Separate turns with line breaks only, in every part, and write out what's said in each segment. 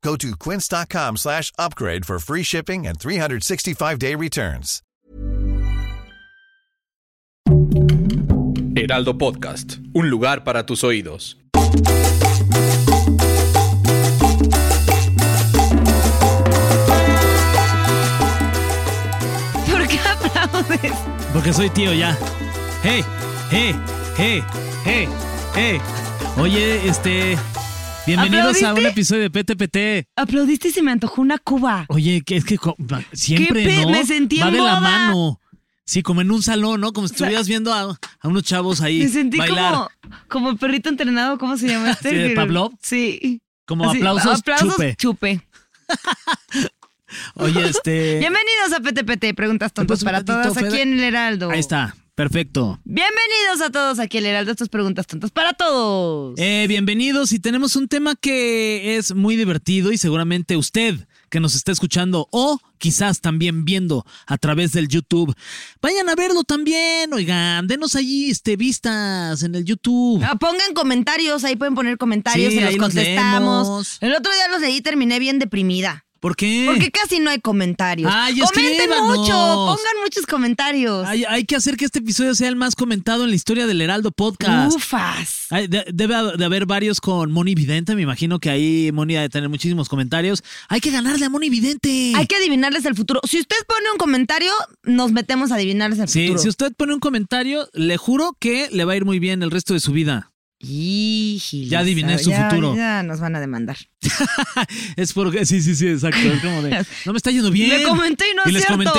Go to quince.com slash upgrade for free shipping and 365-day returns.
Heraldo Podcast, un lugar para tus oídos.
¿Por qué aplaudes?
Porque soy tío ya. ¡Hey! ¡Hey! ¡Hey! ¡Hey! ¡Hey! Oye, este. Bienvenidos a un
¿Aplaudiste?
episodio de PTPT.
Aplaudiste y se me antojó una cuba.
Oye, que es que co- va- siempre
pe-
¿no?
me sentí
va
en
de la
boda.
mano. Sí, como en un salón, ¿no? Como si estuvieras viendo a, a unos chavos ahí
Me sentí
bailar.
como, como el perrito entrenado, ¿cómo se llama este?
¿Sí, de Pavlov?
Sí.
Como
Así,
aplausos, chupe. Eh,
chupe.
Oye, este.
Bienvenidos a PTPT, preguntas tontas
Entonces, un
para
ratito,
todas aquí
Fede.
en el Heraldo.
Ahí está. Perfecto.
Bienvenidos a todos aquí en el Heraldo, estas preguntas tontas para todos.
Eh, bienvenidos y tenemos un tema que es muy divertido y seguramente usted que nos está escuchando o quizás también viendo a través del YouTube, vayan a verlo también, oigan, denos allí este, vistas en el YouTube.
Ah, pongan comentarios, ahí pueden poner comentarios
Sí,
y los
ahí los
contestamos.
leemos.
El otro día los leí y terminé bien deprimida.
¿Por qué?
Porque casi no hay comentarios.
Ay,
Comenten
escríbanos.
mucho, pongan muchos comentarios.
hay, hay que hacer que este episodio sea el más comentado en la historia del Heraldo Podcast.
Ufas.
Ay, de- Debe ha- de haber varios con Moni Vidente, me imagino que ahí Moni ha de tener muchísimos comentarios. Hay que ganarle a Moni Vidente.
Hay que adivinarles el futuro. Si usted pone un comentario, nos metemos a adivinarles el
Sí,
futuro.
si usted pone un comentario, le juro que le va a ir muy bien el resto de su vida.
Híjole,
Ya adiviné
sabe,
su
ya-
futuro.
Ya nos van a demandar.
Es porque, sí, sí, sí, exacto. Es como de, no me está yendo bien.
Le comenté y no
Y
es
les
cierto.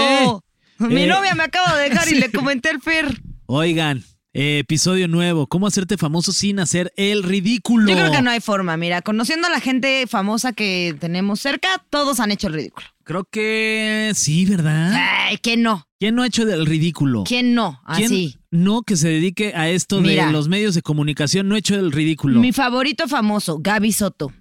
comenté.
Mi
Eh,
novia me acaba de dejar y
sí.
le comenté el Fer.
Oigan, eh, episodio nuevo, ¿cómo hacerte famoso sin hacer el ridículo?
Yo creo que no hay forma. Mira, conociendo a la gente famosa que tenemos cerca, todos han hecho el ridículo.
Creo que sí, ¿verdad?
Ay, ¿quién no?
¿Quién no ha hecho del ridículo?
Ah. ¿Quién no?
Ah. ¿Quién
Así.
no que se dedique a esto
Mira.
de los medios de comunicación no ha hecho el ridículo?
Mi favorito famoso, Gaby Soto.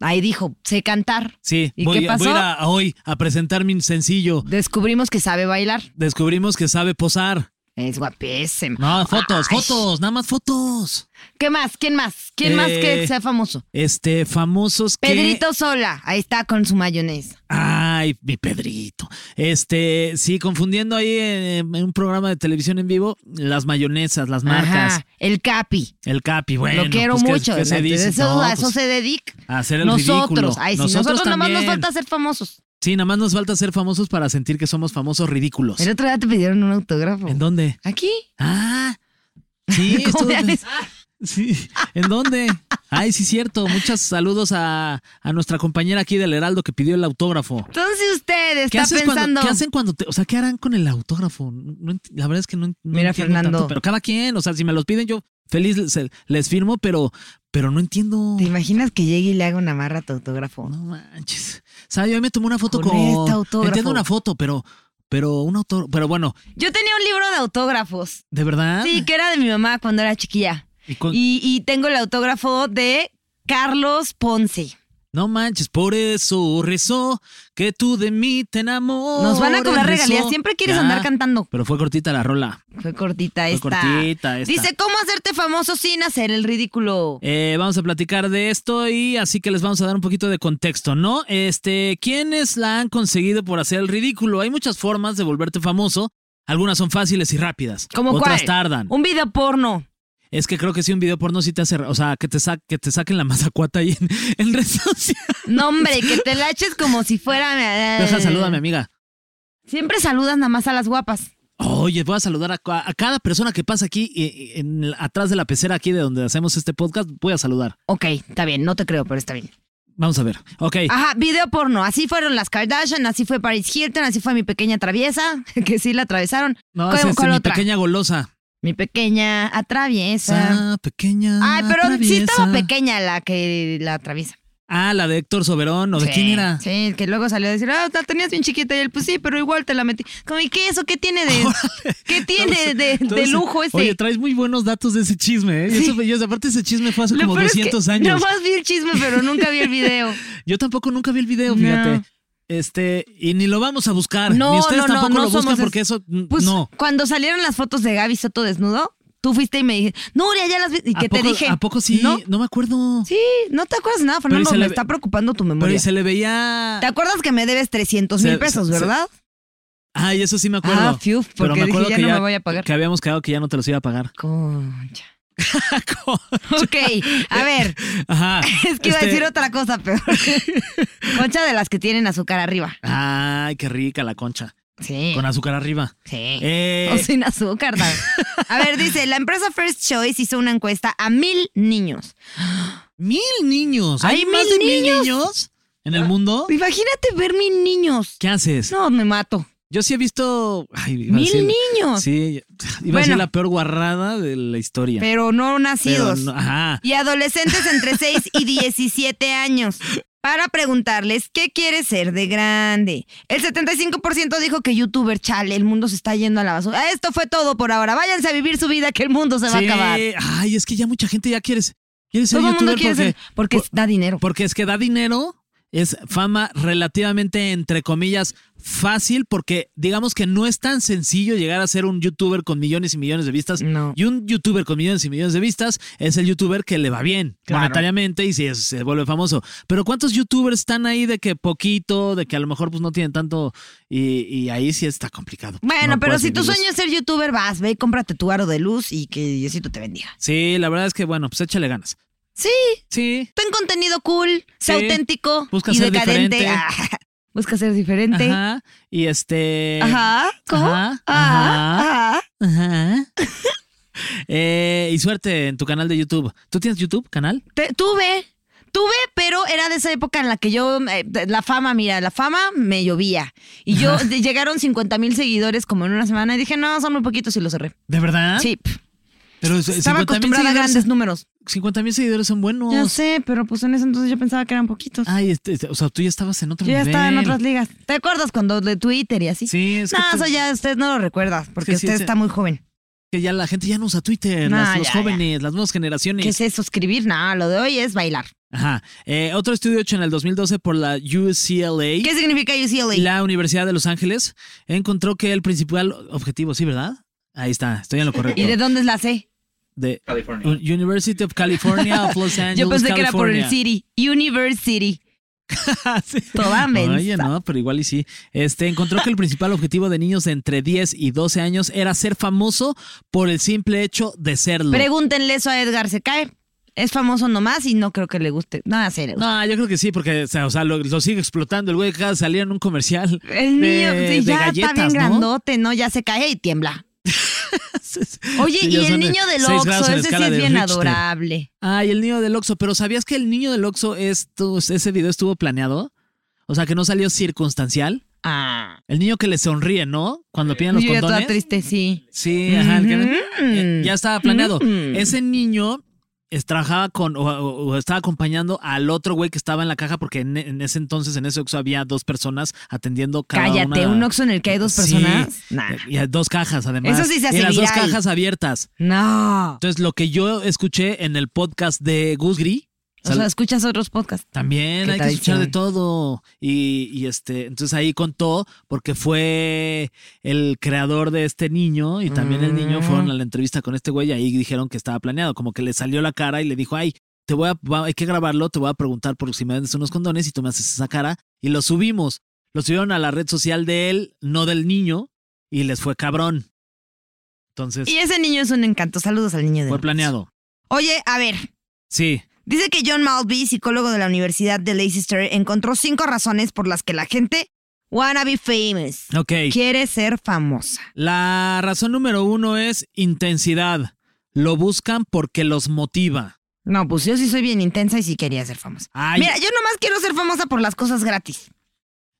Ahí dijo, sé cantar.
Sí,
¿Y
voy,
qué
a- voy
pasó?
a ir a- a hoy a presentar mi sencillo.
Descubrimos que sabe bailar.
Descubrimos que sabe posar.
Es guapísima.
No, fotos,
Ay.
fotos, nada más fotos.
¿Qué más? ¿Quién más? ¿Quién más que
Eh,
sea famoso?
Este, famosos que.
Pedrito Sola, ahí está con su mayonesa.
Ay, mi Pedrito. Este, sí, confundiendo ahí eh, en, un programa de televisión en vivo, las mayonesas, las marcas,
Ajá, el Capi.
el capi, bueno.
Lo quiero
pues, ¿qué-
mucho.
qué se
¿no?
dice?
Eso,
No,
a eso
pues,
se dedica.
a hacer el
nosotros,
ridículo.
ay, sí, nosotros, nomás nos
también.
falta ser famosos.
Sí, nada más nos falta ser famosos para sentir que somos famosos ridículos.
El otro día te pidieron un autógrafo.
Pues ¿En dónde?
¿Aquí?
Ah, sí,
¿Cómo
estuvo-
vean eso?
Sí, ¿en dónde? Ay, sí, cierto. Muchos saludos a, a nuestra compañera aquí del Heraldo que pidió el autógrafo.
Entonces usted
¿Qué,
está
haces
pensando.
cuando, ¿Qué hacen cuando te.? O sea, ¿qué harán con el autógrafo? No ent- la verdad es que no, en- no
Mira,
entiendo
Fernando.
tanto, pero cada quien, o sea, si me los piden, yo feliz les, les firmo, pero, pero no entiendo.
¿Te imaginas que llegue y le haga una marra a tu autógrafo?
No manches. O sea, yo me tomé una foto
Con
con.
este autógrafo.
Entiendo una foto, pero. Pero un autor. Pero bueno,
Yo tenía un libro de autógrafos.
¿de verdad?
Sí, que era de mi mamá cuando era chiquilla.
Y con-
Y, y tengo el autógrafo de Carlos Ponce.
No manches, por eso rezó que tú de mí te enamores.
Nos van a cobrar
rezó.
regalías. Siempre quieres
Ya,
andar cantando.
Pero fue cortita la rola.
Fue cortita
Fue
esta.
cortita esta.
Dice, ¿cómo hacerte famoso sin hacer el ridículo?
Eh, vamos a platicar de esto y así que les vamos a dar un poquito de contexto, ¿no? Este, ¿quiénes la han conseguido por hacer el ridículo? Hay muchas formas de volverte famoso. Algunas son fáciles y rápidas.
¿Cómo
Otras
cuál?
tardan.
Un video porno.
Es que creo que sí, un video porno sí te hace. O sea, que te, sa- que te saquen la mazacuata ahí en, en red social.
No, hombre, que te la eches como si fuera... eh,
Deja, saluda a mi amiga.
Siempre saludas nada más a las guapas.
Oye, voy a saludar a, cua- a cada persona que pasa aquí, eh, eh, en- atrás de la pecera, aquí de donde hacemos este podcast. Voy a saludar.
Ok, está bien, no te creo, pero está bien.
Vamos a ver. Ok.
Ajá, video porno. Así fueron las Kardashian, así fue Paris Hilton, así fue mi pequeña traviesa, que sí la atravesaron.
no,
¿cuál-
es,
cuál
mi
otra?
pequeña golosa.
Mi pequeña atraviesa.
Esa pequeña.
Ay, pero sí
traviesa.
estaba pequeña la que la atraviesa.
Ah, la de Héctor Soberón, ¿o de quién era?
Sí, que luego salió a decir, ah, la tenías bien chiquita y él, pues sí, pero igual te la metí. Como, ¿y qué eso? ¿Qué tiene de, ¿qué tiene de, de
Entonces,
lujo ese?
Oye, traes muy buenos datos de ese chisme, ¿eh? Y eso- y eso- aparte, ese chisme fue hace
Lo
como
peor es que
200 años.
Nomás vi el chisme, pero nunca vi el video.
Yo tampoco nunca vi el video,
No.
fíjate. Este, y ni lo vamos a buscar.
No,
ni ustedes
no, no,
tampoco
no
lo buscan
somos es-
porque eso. mm,
Pues
no.
cuando salieron las fotos de Gaby Soto desnudo, tú fuiste y me dijiste, Nuria, ya las vi. ¿Y
¿A
que te
poco-
dije?
¿A poco sí? No,
No,
me acuerdo.
sí, no te acuerdas nada,
y
Fernando,
se
me
le ve-
está preocupando tu
Pero y
memoria.
se le veía.
¿Te acuerdas que me debes 300
Se-
mil pesos,
se-
verdad?
Ay, eso sí me acuerdo.
Ah, fiu,
Pero
porque
me acuerdo
dije, ya
que
no
ya-
me voy a pagar.
Que habíamos quedado que ya no te los iba a pagar.
Concha. Ok, a ver,
Ajá.
es que iba a
Este,
decir otra cosa peor. Concha de las que tienen azúcar arriba.
Ay, qué rica la concha.
Sí.
Con azúcar arriba.
Sí.
Eh,
O sin azúcar. tal. A ver, dice, la empresa First Choice hizo una encuesta a mil niños.
Mil niños. ¿Hay,
¿Hay
más
mil
de mil niños en el mundo?
Imagínate ver mil niños.
¿Qué haces?
No, me mato.
Yo sí he visto. Ay, iba a
Mil
decir-
niños.
Sí, iba a
Bueno.
ser la peor guarrada de la historia.
Pero no
Pero
nacidos.
no- ajá.
Y adolescentes entre 6 y 17 años. Para preguntarles, ¿qué quieres ser de grande? El 75% dijo que youtuber, chale, el mundo se está yendo a la basura. Esto fue todo por ahora. Váyanse a vivir su vida que el mundo se va a
Sí.
acabar.
Ay, es que ya mucha gente ya quiere, ser- quiere ser
Todo el mundo
youtuber
quiere
porque,
ser, porque da dinero.
porque es que da dinero, es fama relativamente, entre comillas, fácil, porque digamos que no es tan sencillo llegar a ser un youtuber con millones y millones de vistas.
No.
Y un youtuber con millones y millones de vistas es el youtuber que le va bien
Claro.
monetariamente y se, se vuelve famoso. Pero ¿cuántos youtubers están ahí de que poquito, de que a lo mejor pues no tienen tanto y, y ahí sí está complicado?
Bueno,
No
pero
puedes
si tu
vivirlos.
sueño es ser youtuber, vas, ve y cómprate tu aro de luz y que Diosito te bendiga.
Sí, la verdad es que bueno, pues échale ganas.
Sí,
Sí.
ten contenido cool, sé
Sí.
auténtico
Busca
y
ser
decadente.
diferente.
Ah, busca ser diferente. Ajá.
Ajá. Y este.
¿Cómo?
ajá,
Ah, ajá.
Ajá. Eh, y suerte en tu canal de YouTube. ¿Tú tienes YouTube, canal?
Te- tuve, tuve, pero era de esa época en la que yo, eh, de- la fama, mira, la fama me llovía. Y yo de- llegaron 50 mil seguidores como en una semana y dije, no, son muy poquitos y los cerré.
¿De verdad?
Ah, Sí, pf,
Pero
estaba
50,000
acostumbrada a
seguidores-
grandes números.
50 mil seguidores son buenos.
Ya sé, pero pues en ese entonces yo pensaba que eran poquitos.
Ay, este, este, o sea, tú ya estabas en otro
Yo ya
nivel.
estaba en otras ligas. ¿Te acuerdas cuando de Twitter y así?
Sí, es que,
no,
tú-
eso ya usted no lo recuerda, porque
Es que sí,
usted
sí.
está muy joven.
que ya la gente ya no usa Twitter,
No,
las- los
ya, ya.
jóvenes, las nuevas generaciones.
¿Qué es suscribir? No, lo de hoy es bailar.
Ajá. Eh, otro estudio hecho en el 2012 por la UCLA.
¿Qué significa UCLA?
La Universidad de Los Ángeles encontró que el principal objetivo, sí, ¿verdad? Ahí está, estoy en lo correcto.
¿Y de dónde es la C?
De University of California of Los Angeles,
Yo pensé que era por el
California. Ah,
City. University.
Sí.
Toda mensa.
Oye, no, pero igual y sí. Este, encontró que el principal objetivo de niños de entre 10 y 12 años era ser famoso por el simple hecho de serlo.
Pregúntenle eso a Edgar, se cae. Es famoso nomás y no creo que le guste. Nada, se le gusta.
no, yo creo que sí, porque o sea, o sea, lo, lo sigue explotando. El güey que acaba de salir en un comercial.
El mío,
de-
sí,
de
ya
galletas,
está bien
¿no?
grandote, ¿no? Ya se cae y tiembla. Oye,
Sí,
y
ya
el
son de
niño del
seis grados
Oxxo,
en la
ese sí
escala
es
de
bien
Richter.
adorable.
Ay, el niño del Oxxo. Pero ¿sabías que el niño del Oxxo, esto, ese video estuvo planeado? O sea, que no salió circunstancial.
Ah.
El niño que le sonríe, ¿no? Cuando piden los
Yo ya toda
condones.
triste, sí. Mm-hmm.
Sí, ajá, el que-
Ujú.
eh, ya estaba planeado.
Mm.
Ese niño es- trabajaba con o, o- o estaba acompañando al otro güey que estaba en la caja porque en, en ese entonces en ese Oxxo había dos personas atendiendo cada
Cállate,
una.
un Oxxo en el que hay dos
ah. Sí. Eh,
personas. Nah.
Y hay dos cajas además.
Eso sí se hace
Y las dos
viral.
cajas abiertas.
No.
Entonces lo que yo escuché en el podcast de Gus Gris,
O sea, escuchas otros podcasts.
también
Qué
hay que escuchar de
tradición.
todo. Y, y este, entonces ahí contó, porque fue el creador de este niño y también el niño
Mm.
fueron a la entrevista con este güey y ahí dijeron que estaba planeado, como que le salió la cara y le dijo, ay, te voy a, va- hay que grabarlo, te voy a preguntar por si me vendes unos condones y tú me haces esa cara y lo subimos. Lo subieron a la red social de él, no del niño, y les fue cabrón. Entonces,
Y ese niño es un encanto. Saludos al niño de
fue
Oxxo.
planeado.
Oye, a ver.
Sí.
Dice que John Malby, psicólogo de la Universidad de Leicester, encontró cinco razones por las que la gente wanna be famous.
Ok.
Quiere ser famosa.
La razón número uno es intensidad. Lo buscan porque los motiva.
No, pues yo sí soy bien intensa y sí quería ser famosa.
Ay,
Mira, yo nomás quiero ser famosa por las cosas gratis.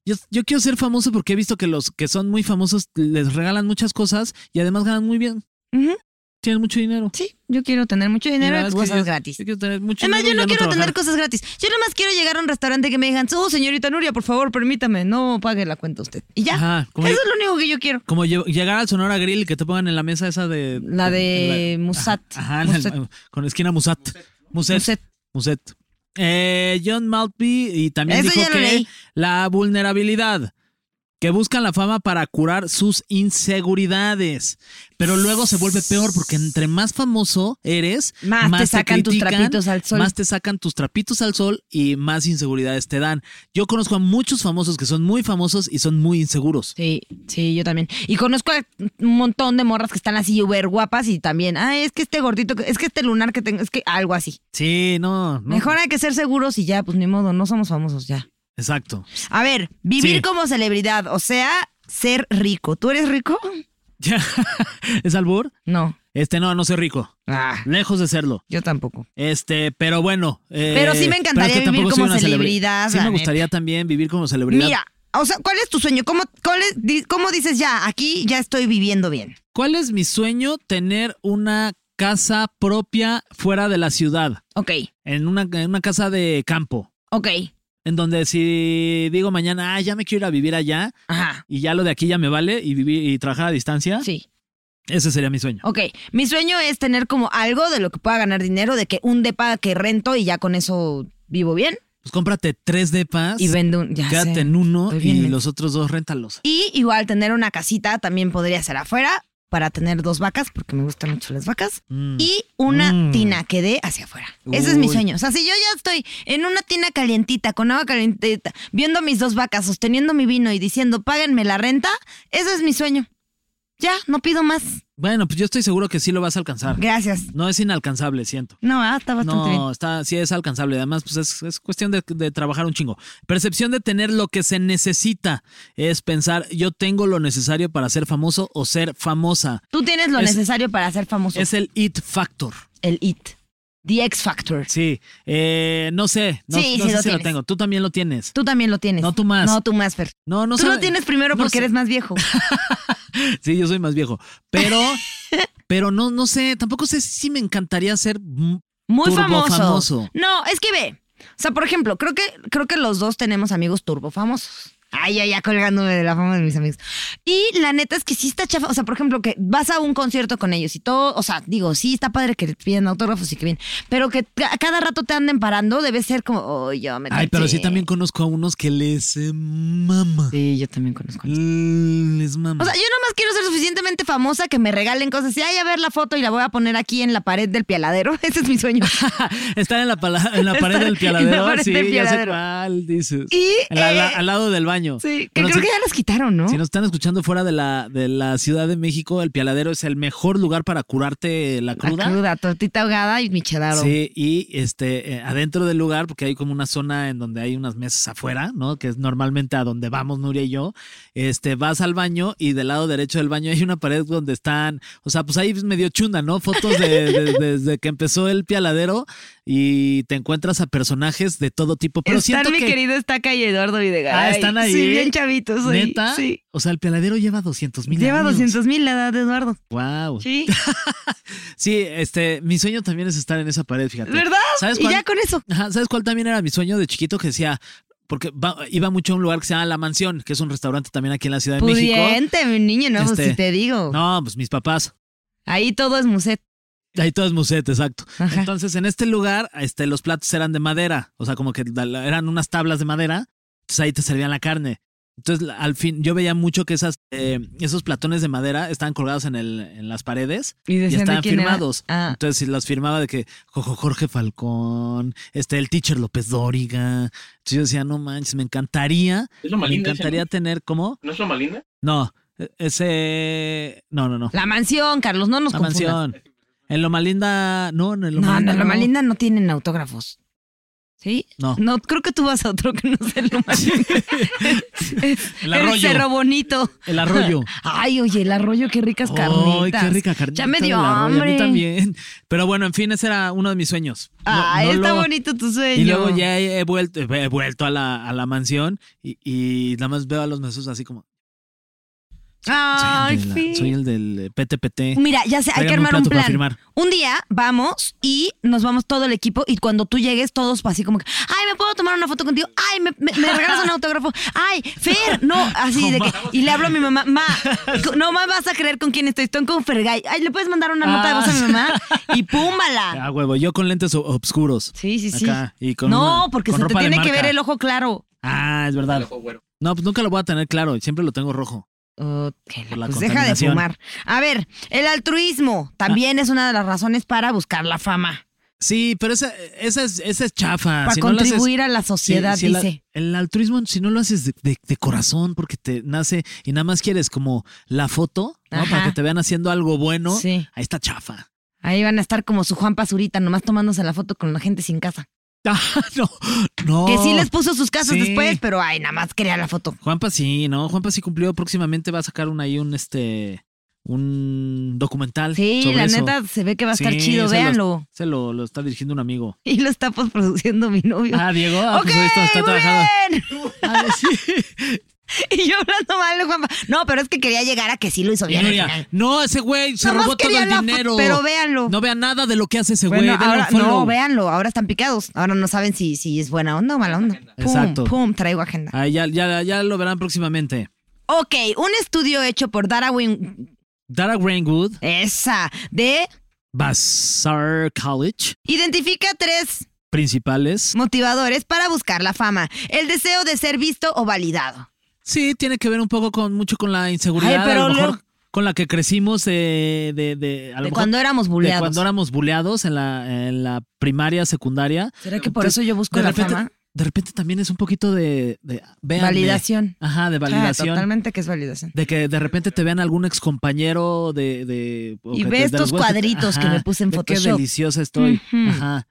yo, yo quiero ser famoso porque he visto que los que son muy famosos les regalan muchas cosas y además ganan muy bien.
Ujú.
quieren mucho dinero.
Sí, yo quiero tener mucho
Y la
dinero y
verdad es que
cosas
yo-
gratis.
Yo quiero tener mucho
Además, yo
dinero
no
y ya
quiero
trabajar.
tener cosas gratis. Yo nada más quiero llegar a un restaurante que me digan, oh, señorita Nuria, por favor, permítame, no pague la cuenta usted. Y ya.
Ajá, como-
Eso es lo único que yo quiero.
Como lle- llegar al Sonora Grill y que te pongan en la mesa esa de.
La de
en la-
Musat.
Ajá, en la-
Musat.
con esquina Musat. Muset. Muset.
Muset.
Eh, John Maltby y también
Eso
dijo
ya lo
que
leí.
la vulnerabilidad. Que buscan la fama para curar sus inseguridades. Pero luego se vuelve peor porque entre más famoso eres,
Más te sacan tus trapitos al sol.
Más te sacan tus trapitos al sol y más inseguridades te dan. Yo conozco a muchos famosos que son muy famosos y son muy inseguros.
Sí, sí, yo también. Y conozco a un montón de morras que están así uber guapas y también, ah, es que este gordito, que- es que este lunar que tengo, es que algo así.
Sí, no. no.
Mejor hay que ser seguros y ya, pues ni modo, no somos famosos ya.
Exacto.
A ver, vivir
Sí.
como celebridad, o sea, ser rico. ¿Tú eres rico?
Ya. ¿Es albur?
No.
Este, no, no soy rico.
Ah,
Lejos de serlo.
yo tampoco.
Este, pero bueno. eh,
Pero sí me encantaría
tampoco
vivir
soy
como
una celebri-
celebridad,
Sí
la
me gustaría también vivir como celebridad.
Mira, o sea, ¿cuál es tu sueño? ¿Cómo, cuál es- di- cómo dices ya, aquí ya estoy viviendo bien?
¿Cuál es mi sueño? Tener una casa propia fuera de la ciudad,
Ok,
en una, en una casa de campo,
ok,
en donde si digo mañana, ah, ya me quiero ir a vivir allá
ajá,
y ya lo de aquí ya me vale y vivir y trabajar a distancia,
sí.
ese sería mi sueño.
Ok, mi sueño es tener como algo de lo que pueda ganar dinero, de que un depa que rento y ya con eso vivo bien
Pues cómprate tres depas,
y vendo un... Ya
quédate
sé.
en uno
Estoy bien
y
mensa.
los otros dos réntalos.
Y igual tener una casita también podría ser afuera para tener dos vacas, porque me gustan mucho las vacas,
Mm.
y una
Mm.
tina que dé hacia afuera. Ese es mi
Uy.
sueño. O sea, si yo ya estoy en una tina calientita, con agua calientita, viendo a mis dos vacas, sosteniendo mi vino y diciendo, páguenme la renta, ese es mi sueño. Ya, no pido más.
Bueno, pues yo estoy seguro que sí lo vas a alcanzar.
Gracias.
No es inalcanzable, siento.
No, ah, está bastante bien.
Ah. No, está, sí es alcanzable. Además, pues es, es cuestión de, de trabajar un chingo. Percepción de tener lo que se necesita es pensar, yo tengo lo necesario para ser famoso o ser famosa.
Tú tienes lo
Es-
necesario para ser famoso.
Es el it factor.
el IT. The X Factor.
Sí. Eh, no sé. No,
Sí,
no
sí lo
sé si lo
tienes.
tengo. Tú también lo tienes.
Tú también lo tienes.
No, tú más.
No, tú más, Fer.
No, no
tú
sé.
lo tienes primero
no
porque
sé.
eres más viejo.
Sí, yo soy más viejo. Pero, pero no, no sé. Tampoco sé si me encantaría ser. mm,
Muy famoso.
Turbofamoso.
No, es que ve. O sea, por ejemplo, creo que, creo que los dos tenemos amigos turbofamosos. Ay, ya, ya colgándome de la fama de mis amigos. Y la neta es que sí está chafa. O sea, por ejemplo, que vas a un concierto con ellos y todo. O sea, digo, sí está padre que te piden autógrafos y que bien. Pero que ca- cada rato te anden parando, debe ser como, oh, yo me
Ay, pero sí
cansé".
también conozco a unos que les eh, mama.
Sí, yo también conozco.
Les mama.
O sea, yo nomás quiero ser suficientemente famosa que me regalen cosas. Y ay, a ver la foto y la voy a poner aquí en la pared del pialadero. Ese es mi sueño.
Estar en la, pala- en la pared
Estar
del
en la
pialadero,
pared
sí,
del
ya sé
pialadero.
cuál dices.
Y,
En la- la-
eh,
al lado del baño.
sí, que
Bueno,
creo
si,
que ya las quitaron, ¿no?
si nos están escuchando fuera de la, de la Ciudad de México, el pialadero es el mejor lugar para curarte la
La
cruda.
cruda, tortita ahogada y mi cheddaro.
Sí, y este eh, adentro del lugar, porque hay como una zona en donde hay unas mesas afuera, ¿no? Que es normalmente a donde vamos Nuria y yo. Este, vas al baño y del lado derecho del baño hay una pared donde están, o sea, pues ahí es medio chunda, ¿no? Fotos de, de- desde que empezó el pialadero y te encuentras a personajes de todo tipo. Pero siento
Están mi
que
querido Estaca y Eduardo Videgaray.
Ah, están ahí.
Sí, bien chavitos. sí,
neta,
Sí.
o sea, el pialadero lleva 200 mil.
Lleva
años.
200 mil la edad de Eduardo.
Wow.
Sí.
Sí, este, mi sueño también es estar en esa pared, fíjate.
¿Verdad?
¿Sabes
Y
cuál?
ya con eso.
Ajá, ¿Sabes cuál también era mi sueño de chiquito? Que decía, porque va- iba mucho a un lugar que se llama La Mansión, que es un restaurante también aquí en la Ciudad de México.
Pudiente, Pues mi niño, no, pues,
Este,
si te digo.
No, pues mis papás.
Ahí todo es muset.
Ahí todo es musete, exacto.
Ajá.
Entonces, en este lugar, este, los platos eran de madera. O sea, como que la- la- eran unas tablas de madera. Entonces ahí te servían la carne. Entonces, la- al fin, yo veía mucho que esas, eh, esos platones de madera estaban colgados en, el, en las paredes
Y
y
decían, ¿de
estaban
quién era?
firmados.
Ah.
Entonces sí, las firmaba de que Jo- Jo- Jorge Falcón, este, el teacher López Dóriga. Entonces yo decía, no manches, me encantaría,
¿Es lo
me
maligno ese,
encantaría
no?
tener, ¿cómo?
¿No es lo maligno?
No, e- ese, no, no, no,
La mansión, Carlos, no nos
la
confundas.
mansión. En Loma Linda, no, en Loma
No,
Linda.
no, Loma Linda no tienen autógrafos. ¿Sí?
No.
No, creo que tú vas a otro que no sea el Loma Linda.
El arroyo.
Cerro Bonito.
El arroyo.
Ay, oye, el arroyo, qué ricas carnitas.
Ay, qué rica carnita.
Ya me dio
del arroyo, A
hambre.
mí también. Pero bueno, en fin, ese era uno de mis sueños. No-
Ay,
no
Ah, está
lo-
bonito tu sueño.
Y luego ya he he vuelto, he vuelto a la, a la mansión y, y nada más veo a los mesos así como.
Ay,
soy el, de la-
Phil.
soy el del eh, PTPT.
Mira, ya sé, hay que
Tráigame un
armar un
plato para
plan.
firmar.
Un día vamos y nos vamos todo el equipo y cuando tú llegues todos así como que, ay, me puedo tomar una foto contigo, ay, me, me- me regalas un autógrafo, ay, Fer, no, así de que, y le hablo a mi mamá, ma, no más vas a creer con quién estoy, estoy con Fergay, ay, le puedes mandar una nota de voz a mi mamá y púmbala.
Ah, huevo, yo con lentes o- oscuros.
Sí, sí, sí.
Acá, y con
no,
una-
porque
con
se te
ropa de
tiene que
marca.
ver el ojo claro.
Ah, es verdad. No, pues nunca lo voy a tener claro, siempre lo tengo rojo.
Ok,
Por la
pues deja de
contaminación. Ah.
fumar. A ver, el altruismo también es una de las razones para buscar la fama,
Sí, pero esa, esa, es, esa es chafa.
para
Ah, Si no la haces-
contribuir a la
Sí,
sociedad,
sí, el a-
dice.
El, altruismo, si no lo haces de, de- de corazón, porque te nace y nada más quieres como la foto, ¿no?
Ajá.
Para que te vean haciendo algo bueno,
Sí.
ahí está chafa.
Ahí van a estar como su Juan Pazurita, nomás tomándose la foto con la gente sin casa.
Ah, no, no.
que sí les puso sus casas
Oh, sí.
después, pero ay, nada más quería la foto.
Juanpa sí, ¿no? Juanpa sí cumplió. Próximamente va a sacar un, ahí un, este, un documental.
Sí,
sobre
la
eso.
neta se ve que va a estar
Sí,
chido,
ese lo-
véanlo.
Se lo, lo está dirigiendo un amigo.
Y lo está produciendo mi novio.
Ah, Diego, ah,
ok,
pues ahorita está
muy
trabajando.
bien.
Ah, sí.
Y yo hablando mal de Juanpa. No, pero es que quería llegar a que sí lo hizo
Y
bien. al
Nuria,
final.
no, ese güey se
Nomás
robó todo
quería
el
la fo-
dinero.
pero véanlo.
No vean nada de lo que hace ese güey.
Bueno,
denle un
ahora,
follow.
no, véanlo, ahora están picados. Ahora no saben si, si es buena onda o mala onda. Pum,
Exacto.
pum, traigo agenda.
Ay, ya, ya, ya lo verán próximamente.
Ok, un estudio hecho por Darwin,
Dara Greenwood,
esa, de
Bazaar College,
identifica tres
principales.
motivadores para buscar la fama, el deseo de ser visto o validado.
Sí, tiene que ver un poco con mucho con la inseguridad,
Ay, pero
a lo mejor
luego-
con la que crecimos eh, de, de, a
De
lo mejor
cuando éramos
de
bulleados.
cuando éramos buleados en la, en la primaria, secundaria.
¿Será que por
Entonces,
eso yo busco
de
la
repente-
fama?
De repente también es un poquito de, de véanme.
Validación.
Ajá, de
Ah,
validación.
totalmente que es validación.
De que de repente te vean algún excompañero de. de o
Y
que
ve
te- de
estos
los güeyes
cuadritos que me puse en
de Qué
Photoshop.
deliciosa estoy.
Ujú.
Ajá.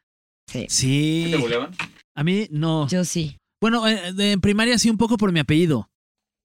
Sí.
Sí. A mí no.
Yo sí.
Bueno, eh, de- en primaria sí un poco por mi apellido.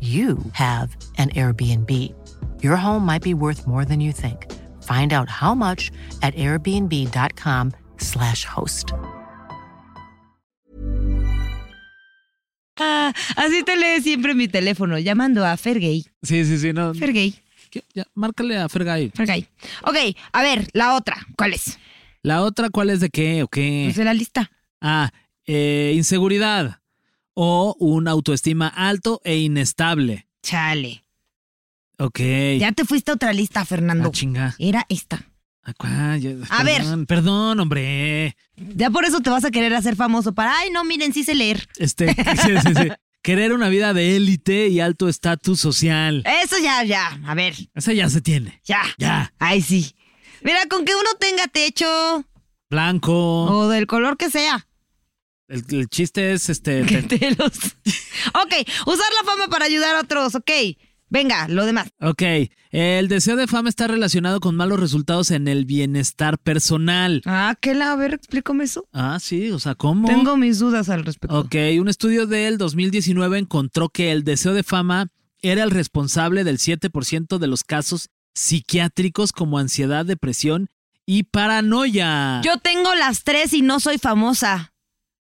you have an Airbnb. Your home might be worth more than you think. Find out how much at airbnb.com/slash host.
Ah, así te lee siempre mi teléfono, llamando a Fergay.
Sí, sí, sí. No.
Fergay,
¿Qué? Ya, márcale a Fergay.
Fergay. Ok, a ver, la otra, ¿cuál es?
¿La otra cuál es de qué o qué?
Pues de la lista.
Ah, eh, inseguridad. O una autoestima alto e inestable.
Chale.
Ok.
Ya te fuiste a otra lista,
Ah,
Fernando.
chinga.
Era esta.
Ah, cuá, ya- perdón,
A ver.
Perdón, hombre.
Ya por eso te vas a querer hacer famoso para, ay, no, miren, sí sé leer.
Este, sí, sí, sí. Querer una vida de élite y alto estatus social.
Eso ya, ya. A ver,
Esa ya se tiene.
ya.
Ya.
Ay, sí. Mira, con que uno tenga techo
Blanco.
o del color que sea.
El, el chiste es este.
Que
te-
te los... ok, usar la fama para ayudar a otros, ok. Venga, lo demás.
Ok. El deseo de fama está relacionado con malos resultados en el bienestar personal.
Ah, que la, a ver, explícame eso.
Ah, sí. O sea, ¿cómo?
Tengo mis dudas al respecto.
Ok, un estudio del 2019 encontró que el deseo de fama era el responsable del 7% de los casos psiquiátricos como ansiedad, depresión y paranoia.
Yo tengo las tres y no soy famosa.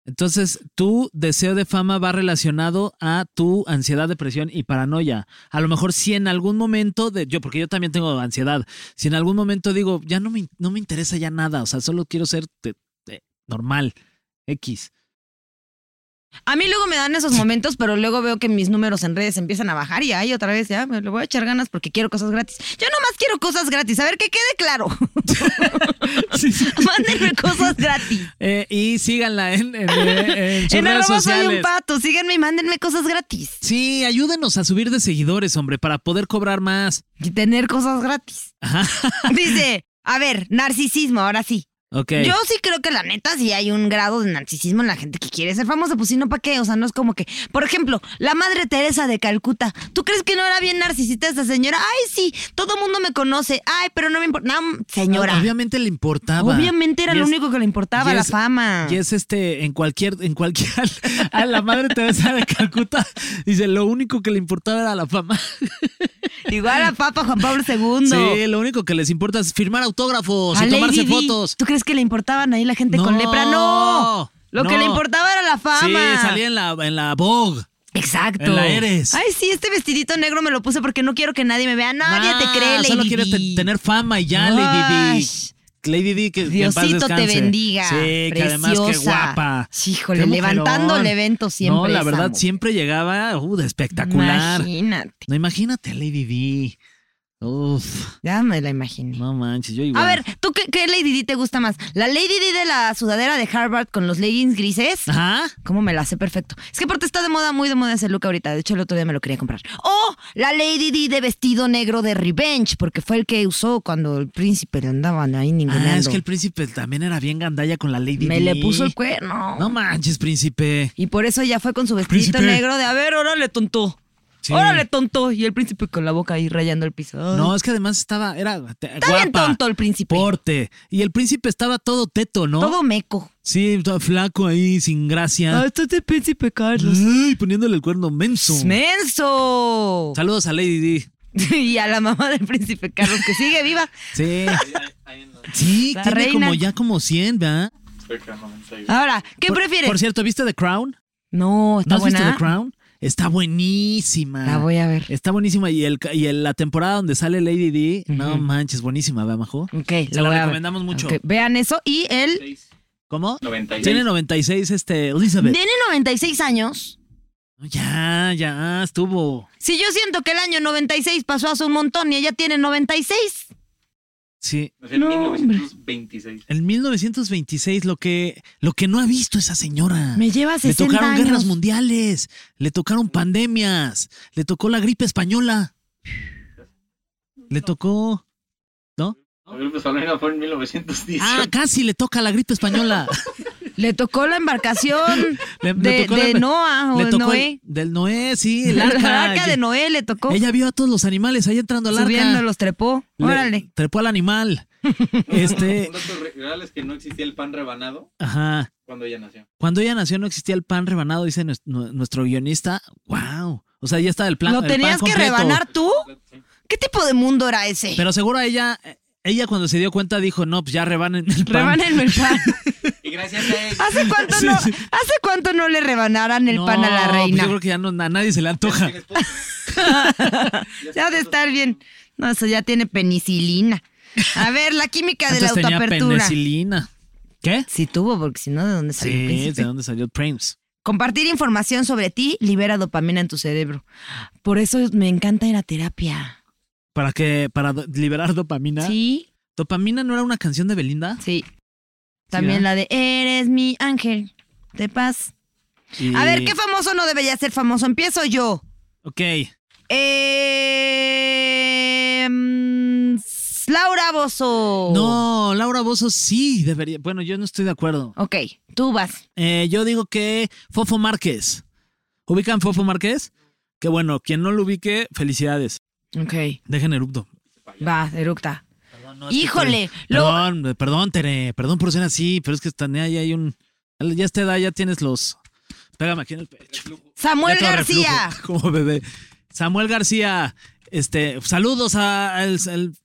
Entonces, tu deseo de fama va relacionado a tu ansiedad, depresión y paranoia. A lo mejor si en algún momento de yo, porque yo también tengo ansiedad, si en algún momento digo, ya no me, in- no me interesa ya nada, o sea, solo quiero ser te- te- normal, X.
A mí luego me dan esos momentos, pero luego veo que mis números en redes empiezan a bajar y ahí otra vez ya me le voy a echar ganas porque quiero cosas gratis. Yo nomás quiero cosas gratis, a ver que quede claro. Mándenme cosas gratis.
Eh, y síganla en, en, eh, en sus
En
redes
arroba soy
sociales.
un pato, síganme y mándenme cosas gratis.
Sí, ayúdenos a subir de seguidores, hombre, para poder cobrar más.
Y tener cosas gratis. Dice, a ver, narcisismo, ahora sí.
Ok.
Yo sí creo que la neta sí hay un grado de narcisismo en la gente que quiere ser famosa, pues si no, ¿para qué? O sea, no es como que, por ejemplo, la madre Teresa de Calcuta, ¿tú crees que no era bien narcisista esa señora? Ay, sí, todo el mundo me conoce, ay, pero no me importa, no, señora. Obviamente,
Obviamente le importaba.
era
Y
lo
es-
único que le importaba,
y
la
es-
fama.
Y es este, en cualquier, en cualquier, a la madre Teresa de Calcuta, dice, lo único que le importaba era la fama.
Igual a Papa Juan Pablo II.
Sí, lo único que les importa es firmar autógrafos
A
y
Lady
tomarse
Di.
fotos.
¿Tú crees que le importaban ahí la gente
No,
con lepra? No. Lo que
no.
le importaba era la fama.
Sí, salía en la, en la Vogue.
Exacto.
En la Eres.
Ay, sí, este vestidito negro me lo puse porque no quiero que nadie me vea. Nadie
Nah,
te cree, Lady
Ah, Solo quiere
Di.
te- tener fama y ya, Lady Di.
Ay.
Lady Di, que, que en paz
Diosito te
descanse.
bendiga.
Sí, que además qué
Preciosa.
guapa.
Sí, híjole,
Qué mujerón.
levantando el evento siempre
No, la
esa
verdad,
mujer.
siempre llegaba uh, de espectacular.
Imagínate.
No, imagínate a Lady Di. Uf,
Ya me la imaginé.
no manches, yo
A
igual.
ver, ¿tú qué, qué Lady Di te gusta más? ¿La Lady Di de la sudadera de Harvard con los leggings grises?
Ajá. Ah,
¿Cómo me la hace perfecto? Es que aparte está de moda, muy de moda ese look ahorita. De hecho, el otro día me lo quería comprar. O la Lady Di de vestido negro de Revenge, porque fue el que usó cuando el príncipe le andaban ahí ninguneando.
Ah, es que el príncipe también era bien gandalla con la Lady
Me
Di.
le puso el cuerno.
No manches, príncipe.
Y por eso ya fue con su vestidito
Príncipe.
negro de, a ver, órale, tonto.
Sí.
Órale, tonto. Y el príncipe con la boca ahí rayando el piso. Ay.
No, es que además estaba, era te-
Está bien
guapa,
tonto el príncipe.
Porte. Y el príncipe estaba todo teto, ¿no?
Todo meco.
Sí, todo flaco ahí, sin gracia.
esto es el príncipe Carlos.
Ah. Ay, poniéndole el cuerno menso.
Pues ¡Menso!
Saludos a Lady Di.
Y a la mamá del príncipe Carlos, que sigue viva.
Sí. Sí,
La
tiene
reina.
como ya como 100, ¿verdad?
Ahora, ¿qué
Por-
prefieres?
Por cierto, ¿viste The Crown?
no, está
¿No has
buena.
visto The Crown? Está buenísima.
La voy a ver.
Está buenísima. Y, el, y el- la temporada donde sale Lady D, no manches, buenísima, ¿verdad, Majo?
Ok,
Se
voy
la
a ver.
recomendamos mucho.
Ok, Vean eso. Y él
¿Cómo? Tiene 96, este, Elizabeth.
tiene 96 años.
Ya, ya, estuvo.
Si yo siento que el año 96 pasó hace un montón y ella tiene 96.
Sí.
No, hombre.
En 1926, lo que, lo que no ha visto esa señora.
Me lleva
Le
60
tocaron
años.
guerras mundiales, le tocaron pandemias, le tocó la gripe española. Le tocó. ¿No? Ah, casi le toca la gripe española.
Le tocó la embarcación
Le- le
de,
tocó la-
de Noah o
le
de
tocó el-
Noé.
del Noé, sí, el
La,
arca.
la arca de Noé le tocó.
Ella vio a todos los animales ahí entrando al arca.
Subiendo los trepó.
Le-
Órale.
Trepó al animal. Este,
Un dato re- real es que no existía el pan rebanado
ajá.
cuando ella nació.
Cuando ella nació no existía el pan rebanado, dice nues- nu- nuestro guionista. Wow. O sea, ya está el plan.
¿Lo
el pan
tenías que
completo.
rebanar tú? ¿Qué tipo de mundo era ese?
Pero seguro ella, ella cuando se dio cuenta dijo, no, pues ya rebanen el pan.
Rebánenme el pan.
Y gracias
Ah,
a ella.
¿Hace cuánto,
Sí,
no,
sí.
¿Hace cuánto no le rebanaran el
No,
pan a la
pues
reina?
yo creo que ya no, a nadie se le antoja.
Ya ha de estar bien. No, eso ya tiene penicilina. A ver, la química de la
Antes tenía
autoapertura.
penicilina. ¿Qué?
Sí tuvo, porque si no, ¿de dónde salió el
Sí,
príncipe?
¿de dónde salió Prince?
Compartir información sobre ti libera dopamina en tu cerebro. Por eso me encanta ir a terapia.
¿Para qué? ¿Para do- liberar dopamina?
Sí,
¿Dopamina no era una canción de Belinda?
sí. También la de Eres mi ángel de paz.
Y-
A ver, ¿qué famoso no debería ser famoso? Empiezo yo.
Ok.
Eh, mm, Laura Bozo. Oh.
No, Laura Bozo sí debería. Bueno, yo no estoy de acuerdo.
Ok, tú vas.
Eh, yo digo que Fofo Márquez. ¿Ubican Fofo Márquez? Que bueno, quien no lo ubique, felicidades.
Ok,
Dejen erupto.
va, eructa. Híjole, lo,
Perdón, eh, perdón, Tere, perdón por ser así, pero es que también ahí hay un. Ya a esta edad ya tienes los. Pégame aquí en el pecho.
Samuel
Ya todo
García.
reflujo, Como bebé. Samuel García, este, saludos a- al al-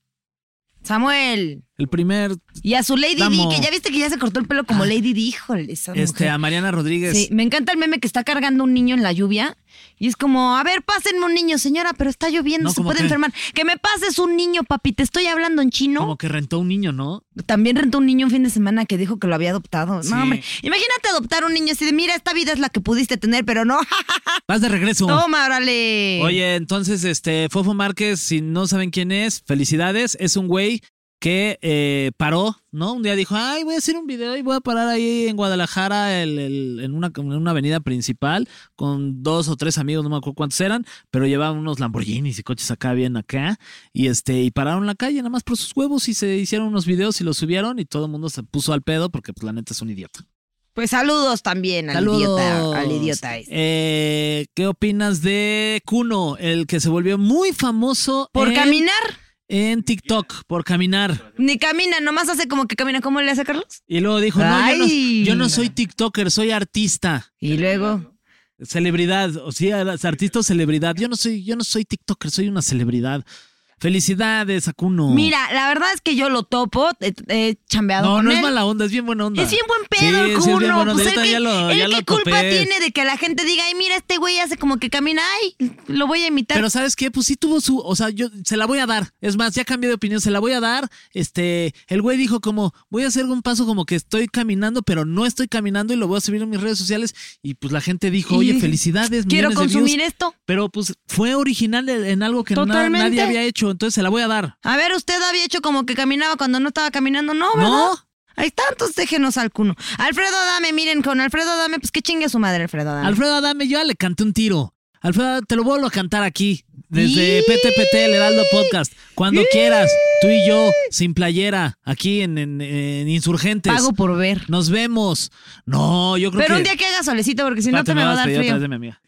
Samuel.
El primer,
Y a su Lady
Damo.
D, que ya viste que ya se cortó el pelo como Lady D, híjole. esa
Ah. este,
mujer.
a Mariana Rodríguez.
Sí, me encanta el meme que está cargando un niño en la lluvia y es como, a ver, pásenme un niño, señora, pero está lloviendo,
No,
se
¿cómo
puede
qué?
enfermar. Que me pases un niño, papi, te estoy hablando en chino.
Como que rentó un niño, ¿no?
También rentó un niño un fin de semana que dijo que lo había adoptado.
Sí.
No, hombre, imagínate adoptar un niño así de, mira, esta vida es la que pudiste tener, pero no,
Vas de regreso.
toma, órale.
Oye, entonces, este, Fofo Márquez, si no saben quién es, felicidades. Es un güey que eh, paró, ¿no? Un día dijo, ay, voy a hacer un video y voy a parar ahí en Guadalajara, el- el- en, una, en una avenida principal, con dos o tres amigos, no me acuerdo cuántos eran, pero llevaban unos Lamborghinis y coches acá, bien acá, y este, y pararon la calle nada más por sus huevos y se hicieron unos videos y los subieron y todo el mundo se puso al pedo porque, pues, la neta es un idiota.
Pues saludos también al idiota, al idiota este.
Eh, ¿Qué opinas de Kuno, el que se volvió muy famoso
Por
en,
caminar,
en TikTok por caminar?
ni camina, nomás hace como que camina. ¿Cómo le hace Carlos?
Y luego dijo, no yo, no,
Ay.
yo no soy TikToker, soy artista,
Y luego,
celebridad, o sea, las- artista o celebridad. Yo no soy, yo no soy TikToker, soy una celebridad. Felicidades a Kuno.
mira, la verdad es que yo lo topo, he, he chambeado
no,
con
no
él.
es mala onda, es bien buena onda.
Es bien buen pedo
Sí,
el
sí, es bien
cuno.
buena onda.
pues
Yo
él
también
qué,
ya lo-
él
ya lo
qué culpa
topé.
tiene de que la gente diga, ay, mira, este güey hace como que camina, ay, lo voy a imitar.
Pero ¿sabes qué? Pues sí tuvo su, o sea, yo se la voy a dar. Es más, ya cambié de opinión, se la voy a dar. Este, el güey dijo como, voy a hacer un paso como que estoy caminando, pero no estoy caminando y lo voy a subir en mis redes sociales. Y pues la gente dijo,
Y
oye,
dije,
felicidades.
Quiero
millones de views".
consumir esto.
Pero pues fue original en en algo que na-
Totalmente.
nadie había hecho, entonces se la voy a dar.
A ver, usted había hecho como que caminaba cuando no estaba caminando, ¿no? ¿verdad?
¿No?
Ahí está, entonces déjenos al cuno. Alfredo Dame, miren, con Alfredo Dame, pues que chingue a su madre, Alfredo Dame.
Alfredo Adame, yo ya le canté un tiro. Alfredo, te lo vuelvo a cantar aquí, desde
¡Y!
PTPT, el Heraldo Podcast. Cuando quieras, tú y yo, sin playera, aquí en, en- en Insurgentes.
Pago por ver.
Nos vemos. No, yo creo
Pero
que.
un día que haga solecito, porque si no
Espérate,
te me va a
vas
dar
pedir otra
frío.
vez de mi amiga.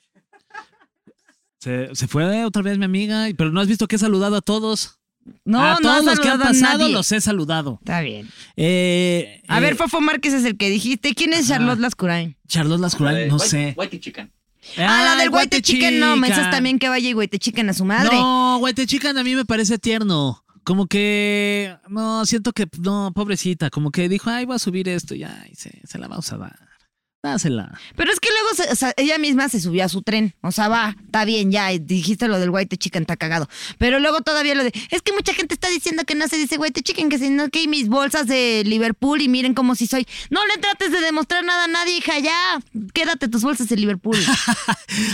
Se, se fue otra vez mi amiga, pero no has visto que he saludado a todos.
No,
a
no
Ah, todos los que han pasado
nadie.
los he saludado.
Está bien.
Eh,
A
eh,
ver, Fofo Márquez es el que dijiste. ¿Quién es Charlotte Lascurain?
Charlotte Lascurán, no sé.
Whitey Chicken.
Ah, la
Ay,
del Guayte Chicken, no,
Guatechican.
esas también que vaya y Guayte Chicken a su madre.
No, güey, te chican a mí me parece tierno. Como que, no, siento que, no, pobrecita, como que dijo, ay, voy a subir esto y ay, se, se la vamos a dar. Dásela.
Pero es que luego se- o sea, ella misma se subió a su tren. O sea, va, está bien, ya dijiste lo del white chicken, está cagado. Pero luego todavía lo de, es que mucha gente está diciendo que no se dice white chicken, que sino que mis bolsas de Liverpool y miren cómo si soy. No le trates de demostrar nada a nadie, hija, ya. Quédate tus bolsas de Liverpool.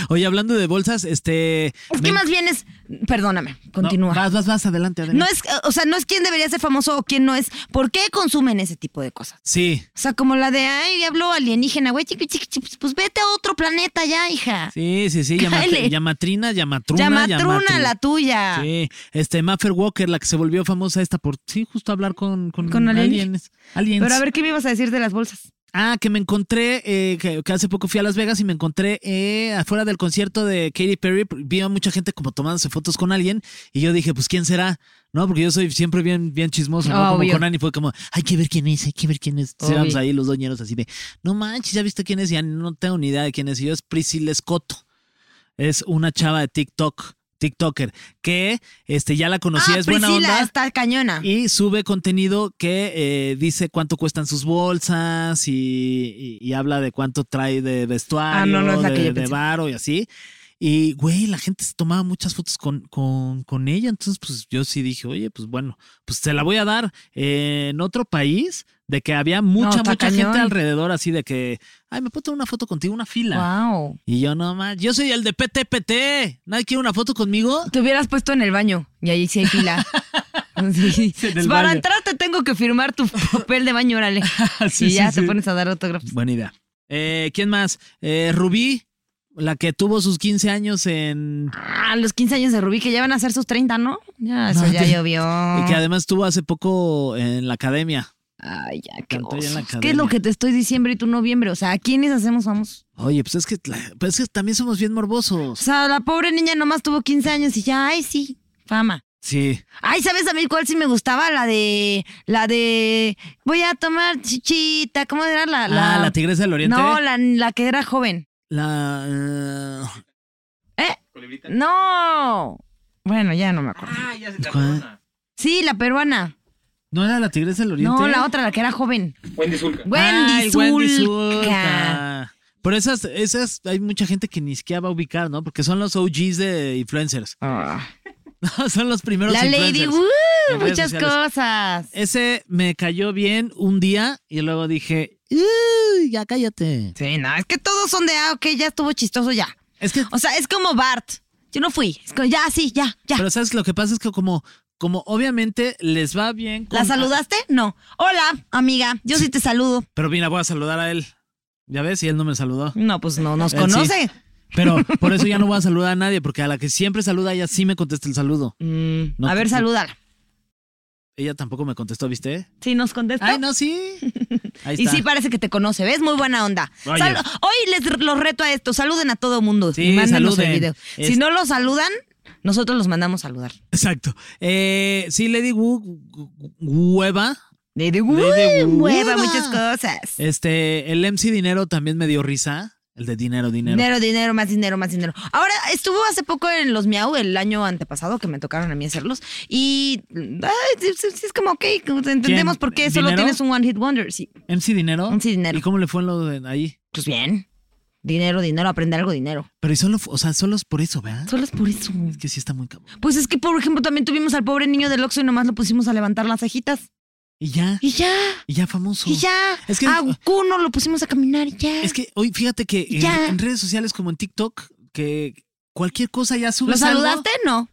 Oye, hablando de bolsas, este...
es
me-
que más bien es, perdóname,
No,
continúa. No,
vas, vas, vas, adelante, adelante.
es, o sea, no es quién debería ser famoso o quién no es. ¿Por qué consumen ese tipo de cosas?
Sí,
O sea, como la de, ay, habló alienígena, güey, chiqui, chiqui, chiqui, pues, pues vete a otro planeta ya, hija.
sí, sí, sí. llama-
Cáele.
Llamatrina, llamatruna,
Llamatruna
llamatru-
la tuya.
Sí, este, Maffer Walker, la que se volvió famosa esta por, sí, justo hablar con, con,
Con
aliens.
alienígenas.
Aliens.
Pero a ver, ¿qué me ibas a decir de las bolsas?
Ah, que me encontré, eh, que, que hace poco fui a Las Vegas y me encontré eh, afuera del concierto de Katy Perry. Vi a mucha gente como tomándose fotos con alguien y yo dije, pues, ¿quién será? No, porque yo soy siempre bien, bien chismoso, ¿no? Como
Obvio.
con Ani fue como, hay que ver quién es, hay que ver quién es. Sí,
Obvio.
vamos ahí los doñeros así de, no manches, ¿ya viste quién es? Ya no tengo ni idea de quién es. Y yo es Priscilla Escoto. Es una chava de TikTok, TikToker, que este, ya la conocí,
ah,
es buena
Priscila,
onda.
está cañona.
Y sube contenido que eh, dice cuánto cuestan sus bolsas y, y- y habla de cuánto trae de vestuario,
Ah, no, no es la
de,
que yo
de
pensé.
varo y así. Y, güey, la gente se tomaba muchas fotos con, con, con ella. Entonces, pues yo sí dije, oye, pues bueno, pues se la voy a dar Eh, en otro país de que había mucha,
está
mucha gente
cañón.
alrededor, así de que, ay, me puedo tomar una foto contigo, una fila.
Wow.
Y yo nomás, yo soy el de PTPT. ¿Nadie quiere una foto conmigo?
Te hubieras puesto en el baño y ahí sí hay fila. Sí.
en el
Para
baño.
entrar te tengo que firmar tu papel de baño, órale.
Sí,
y
sí,
ya te
sí.
pones a dar autógrafos.
Buena idea. Eh, ¿Quién más? Eh, Rubí, la que tuvo sus 15 años en...
Ah, los 15 años de Rubí, que ya van a ser sus 30, ¿no? Ya, eso
No,
ya
te-
llovió.
Y que además estuvo hace poco en la academia.
Ay, ya, qué
Cantó ya en la
osos. ¿Qué es lo
academia.
que te estoy diciembre y tú noviembre? O sea, ¿a quiénes hacemos famosos?
Oye, pues es que, pues es que también somos bien
O
morbosos.
sea, la pobre niña nomás tuvo 15 años y ya, ay, sí, fama.
Sí.
Ay, ¿sabes a mí cuál sí me gustaba? La de. La de. Voy a tomar chichita. ¿Cómo era la.
ah, la tigresa del oriente.
No, la, la que era joven.
La, eh,
Colibrita.
Mm.
No. Bueno, ya no me acuerdo.
Ah, ya se
¿Cuál?
tardó.
Sí, la peruana.
¿No era la Tigresa del Oriente?
No, la otra, la que era joven.
Wendy Zulka.
Wendy
Ay, Wendy
Zulka.
Zulka. Pero esas, esas, hay mucha gente que ni siquiera va a ubicar, ¿no? Porque son los OGs de influencers. son los primeros
Ah. La Lady
influencers.
Woo,
en redes
muchas
sociales.
cosas.
Ese me cayó bien un día y luego dije, "Uy, ya cállate.
Sí, no, es que todos son de, ah, ok, ya estuvo chistoso, ya.
Es que,
O sea, es como Bart. Yo no fui. Es como, ya, sí, ya, ya.
pero sabes, lo que pasa es que como, como obviamente les va bien. con-
¿La saludaste? No. Hola, amiga. Yo sí te saludo.
Pero mira, voy a saludar a él. Ya ves, y él no me saludó.
No, pues no nos
Él
conoce.
Eh, sí. Pero por eso ya no voy a saludar a nadie, porque a la que siempre saluda, ella sí me contesta el saludo.
Mm,
No,
a ver,
no.
salúdala.
Ella tampoco me contestó, ¿viste?
Sí, nos contesta.
Ay, no, sí. Ahí
Y
está.
sí parece que te conoce, ¿ves? Muy buena onda.
Oye.
Sal- Hoy les los reto a esto, saluden a todo mundo
Sí,
y mándenos
saluden.
el video.
Es-
Si no los saludan, nosotros los mandamos saludar.
Exacto. Eh, sí, Lady Wu, hueva.
De de uy,
de hueva.
mueva muchas cosas.
Este, el MC Dinero también me dio risa. El de dinero, dinero.
Dinero, dinero, más dinero, más dinero. Ahora, estuvo hace poco en los Miau, el año antepasado, que me tocaron a mí hacerlos. Y ay, sí, sí, sí, es como, ok, como te entendemos
¿Quién?
por qué solo
¿Dinero?
tienes un One Hit Wonder. Sí,
MC Dinero.
MC Dinero.
¿Y cómo le fue en lo de ahí?
pues bien. Dinero, dinero, aprende algo, dinero.
Pero y solo, fu- o sea, solo es por eso, ¿verdad?
Solo es por eso.
Es que sí está muy cabrón.
Pues es que, por ejemplo, también tuvimos al pobre niño del Oxxo y nomás lo pusimos a levantar las cejitas.
Y ya,
Y ya,
y ya famoso.
y ya.
Es que-
a Kuno lo pusimos a caminar y ya.
Es que hoy, fíjate que en,
Ya.
en redes sociales como en TikTok, que cualquier cosa ya subes
¿Lo saludaste? No.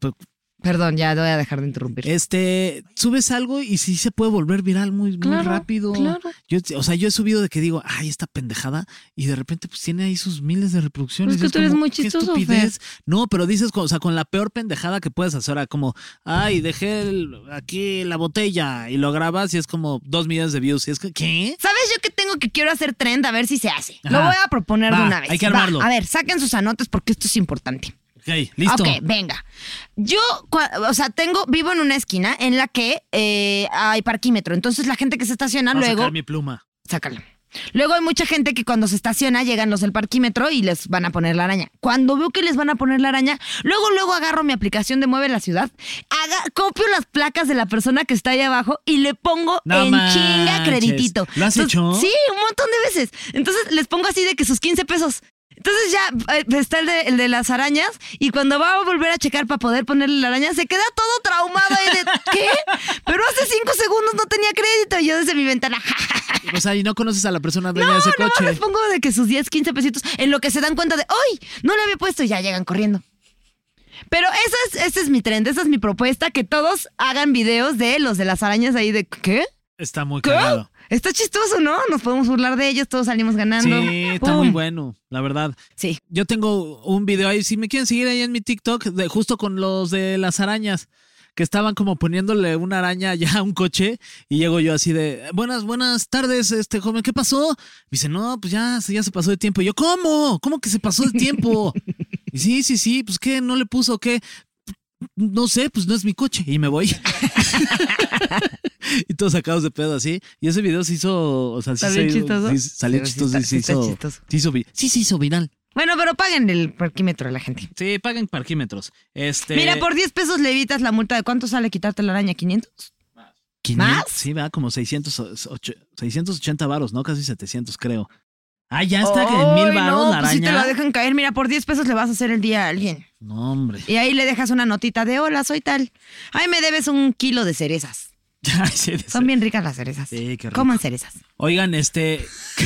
algo.
Perdón, ya voy a dejar de interrumpir.
Este, subes algo y sí se puede volver viral muy, muy
Claro,
rápido.
claro.
Yo, o sea, yo he subido de que digo, ay, esta pendejada, y de repente pues tiene ahí sus miles de reproducciones.
Es Pues, que
Y
tú eres muy
qué
chistoso,
estupidez. No, pero dices, con- o sea, con la peor pendejada que puedes hacer, ahora, como, ay, dejé el- aquí la botella, y lo grabas y es como dos millones de views. Y es que, ¿qué?
¿Sabes yo que tengo que quiero hacer trend? A ver si se hace. Lo
Ajá.
voy a proponer
Va,
de una vez.
hay que
Va,
armarlo.
a ver, saquen sus anotes porque esto es importante.
Ok, listo.
Ok, venga. Yo, cua- o sea, tengo, vivo en una esquina en la que eh, hay parquímetro. Entonces la gente que se estaciona
Voy a
luego.
sacar mi pluma.
Sácala. Luego hay mucha gente que cuando se estaciona llegan los del parquímetro y les van a poner la araña. Cuando veo que les van a poner la araña, luego, luego agarro mi aplicación de Mueve la Ciudad, haga- copio las placas de la persona que está ahí abajo y le pongo
No
en
manches.
chinga creditito.
¿Lo has
Entonces,
hecho?
Sí, un montón de veces. Entonces les pongo así de que sus 15 pesos. Entonces ya eh, está el de, el de las arañas y cuando va a volver a checar para poder ponerle la araña se queda todo traumado ahí de ¿qué? Pero hace cinco segundos no tenía crédito y yo desde mi ventana
O sea, y no conoces a la persona dueña de ese
no,
coche.
les pongo de que sus 10, 15 pesitos, en lo que se dan cuenta de, ¡ay! No le había puesto y ya llegan corriendo. Pero esa es, ese es mi trend, esa es mi propuesta, que todos hagan videos de los de las arañas ahí de, ¿qué?
Está muy
¿Qué?
cagado.
Está chistoso, ¿no? Nos podemos burlar de ellos, todos salimos ganando.
Sí, está
¡Pum!
muy bueno, la verdad.
Sí.
Yo tengo un video ahí, si me quieren seguir ahí en mi TikTok, de, justo con los de las arañas, que estaban como poniéndole una araña ya a un coche y llego yo así de, buenas, buenas tardes, este joven, ¿qué pasó? Me dice, no, pues ya, se- ya se pasó de tiempo. Y yo, ¿cómo? ¿Cómo que se pasó de tiempo? Y sí, sí, sí, pues qué, no le puso, qué. No sé, pues no es mi coche y me voy. y todos sacados de pedo así. Y ese video se hizo, o sea, sí
¿Está bien
se-
chistoso?
sí salió
Sí, sí
chistoso,
está-
sí se
sí está
hizo-
chistoso.
se hizo vi- sí se hizo viral.
Bueno, pero paguen el parquímetro a la gente.
Sí, paguen parquímetros. Este,
Mira, por 10 pesos le evitas la multa de cuánto sale quitarte la araña, 500.
500,
¿más?
Sí, va como 600, o- ocho- 680 varos, ¿no? Casi 700, creo. Ah, ya está que en
Ay,
mil varos
no,
la
pues sí te
araña.
la dejan caer, mira, por 10 pesos le vas a hacer el día a alguien.
No, hombre.
Y ahí le dejas una notita de hola, soy tal. Ay, me debes un kilo de cerezas.
Ay, sí, de-
Son bien ricas las cerezas.
Sí, qué rico.
Coman cerezas.
Oigan, este.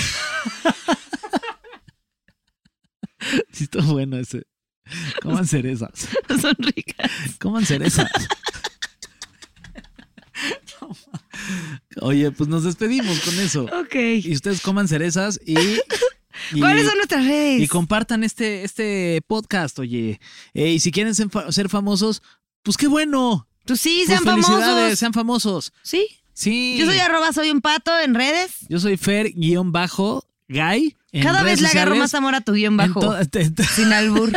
sí, está bueno ese. Coman cerezas.
Son ricas.
Coman cerezas. Oye, pues nos despedimos con eso.
Ok.
Y ustedes coman cerezas y. y-
¿Cuáles son nuestras redes?
Y compartan este, este podcast, oye. Eh, y si quieren ser, fa- ser famosos, pues qué bueno.
Pues sí,
Pues
sean
felicidades,
famosos.
sean famosos.
Sí.
Sí.
Yo soy arroba soy un pato en redes.
Yo soy Fer guión bajo guy. en
Cada vez
redes
le agarro
sociales.
más amor a tu guión
En
bajo.
to- te- te-
Sin albur.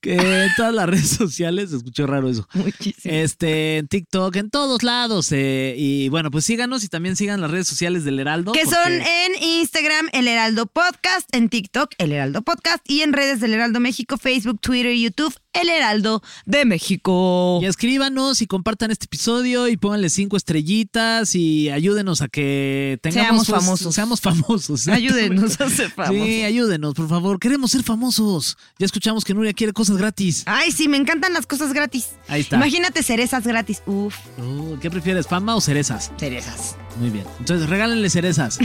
que en todas las redes sociales, se escuchó raro eso.
Muchísimo.
Este, en TikTok, en todos lados. eh, y bueno, pues síganos y también sigan las redes sociales del Heraldo.
que
porque-
son en Instagram, El Heraldo Podcast, en TikTok, El Heraldo Podcast, y en redes del Heraldo México, Facebook, Twitter, YouTube, El Heraldo de México.
Y escríbanos y compartan este episodio y pónganle cinco estrellitas y ayúdenos a que tengamos pues,
Seamos famosos.
Seamos famosos.
Ayúdenos a ser
Sí,
famosos.
ayúdenos, por favor. Queremos ser famosos. Ya escuchamos que Nuria quiere cosas gratis.
Ay, sí, me encantan las cosas gratis.
Ahí está.
Imagínate cerezas gratis. Uf,
Uh, ¿Qué prefieres, fama o cerezas?
cerezas.
Muy bien. Entonces, regálenle cerezas.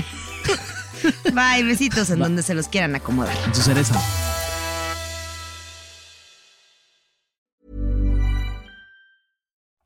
Bye, besitos en donde se los quieran acomodar.
En su cereza.